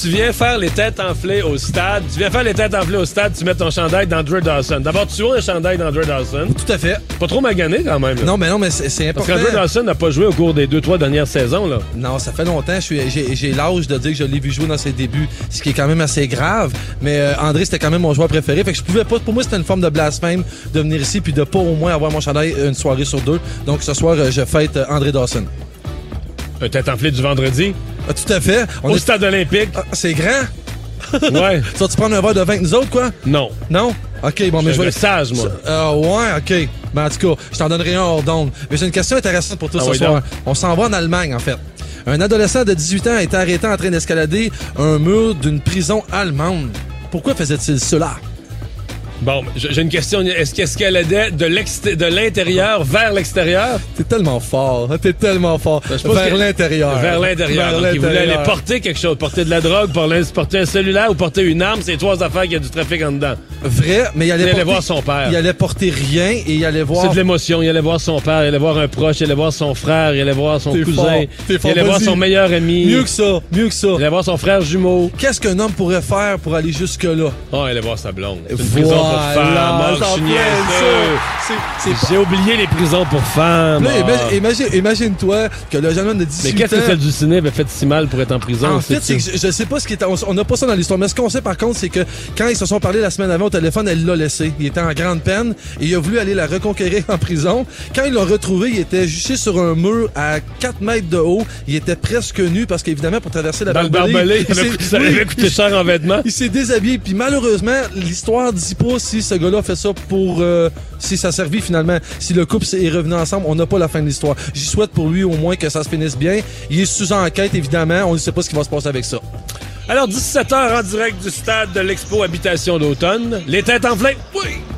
Tu viens faire les têtes enflées au stade. Tu viens faire les têtes enflées au stade, tu mets ton chandail d'Andre Dawson. D'abord, tu ouvres le chandail d'Andre Dawson. Tout à fait. Pas trop magané quand même. là. Non, mais non, mais c'est c'est Parce important. qu'Andre Dawson n'a pas joué au cours des deux, trois dernières saisons. là. Non, ça fait longtemps. je suis- J'ai j'ai l'âge de dire que je l'ai vu jouer dans ses débuts, ce qui est quand même assez grave. Mais euh, André, c'était quand même mon joueur préféré. Fait que je pouvais pas. Pour moi, c'était une forme de blasphème de venir ici puis de pas au moins avoir mon chandail euh, une soirée sur deux. Donc ce soir, euh, je fête euh, André Dawson. Un Euh, tête enflée du vendredi. Ah, tout à fait. On au est... stade olympique. Ah, c'est grand. ouais. Ça, tu prends un verre de vin avec nous autres, quoi Non. Non Ok, bon, mais Je je vais. suis sage, moi. Ah ouais, ok. Ben, en tout cas, je t'en donnerai un hors d'onde. Mais j'ai une question intéressante pour toi Ah ce oui, soir. donc. On s'en va en Allemagne, en fait. Un adolescent de 18 ans a été arrêté en train d'escalader un mur d'une prison allemande. Pourquoi faisait-il cela? Bon, mais j'ai j'ai une question. Est-ce qu'est-ce qu'elle aidait de l'exté- de l'intérieur vers l'extérieur? T'es tellement fort, hein, t'es tellement fort. Ben, je pense Vers que- l'intérieur. Vers l'intérieur. Vers Donc, il voulait l'intérieur. aller porter quelque chose. Porter de la drogue, porter porter un cellulaire ou porter une arme. C'est trois affaires qu'il y a du trafic en dedans. Vrai, mais il allait, Il allait porter... voir son père. Il allait porter rien et il allait C'est voir... de l'émotion. Il allait voir son père, il allait voir un proche, il allait voir son frère, il allait voir son T'es cousin, fort, t'es il fort, allait voir vas-y. son meilleur ami, Mieux que ça, mieux que ça. il allait voir son frère jumeau. Qu'est-ce qu'un homme pourrait faire pour aller jusque-là? Oh, il allait voir sa blonde. C'est une Voilà, prison pour femmes. Oh, je j'en suis viens, niaiseux. ça. C'est- c'est J'ai oublié les prisons pour femmes. Là, Ah. imagine- imagine- imagine-toi que le jeune homme de 18 Mais qu'est-ce que ans... celle du cinéma a fait si mal pour être en prison? En fait, c'est que je, je sais pas ce qui est... on- On n'a pas ça dans l'histoire, mais ce qu'on sait par contre, c'est que quand ils se sont parlé la semaine avant au téléphone, elle l'a laissé. Il était en grande peine et il a voulu aller la reconquérir en prison. Quand ils l'ont retrouvé, il était juché sur un mur à 4 mètres de haut. Il était presque nu parce qu'évidemment, pour traverser la Dans le barbelé, il avait s'est- coûté- ça oui, avait coûté cher en vêtements. il s'est déshabillé, puis malheureusement, l'histoire dit pas si ce gars-là fait ça pour... euh, si ça servit finalement. Si le couple est revenu ensemble, on n'a pas la fin de l'histoire. J'y souhaite pour lui au moins que ça se finisse bien. Il est sous enquête, évidemment. On ne sait pas ce qui va se passer avec ça. Alors, 17h en direct du stade de l'Expo Habitation d'automne. Les têtes enflées. Oui!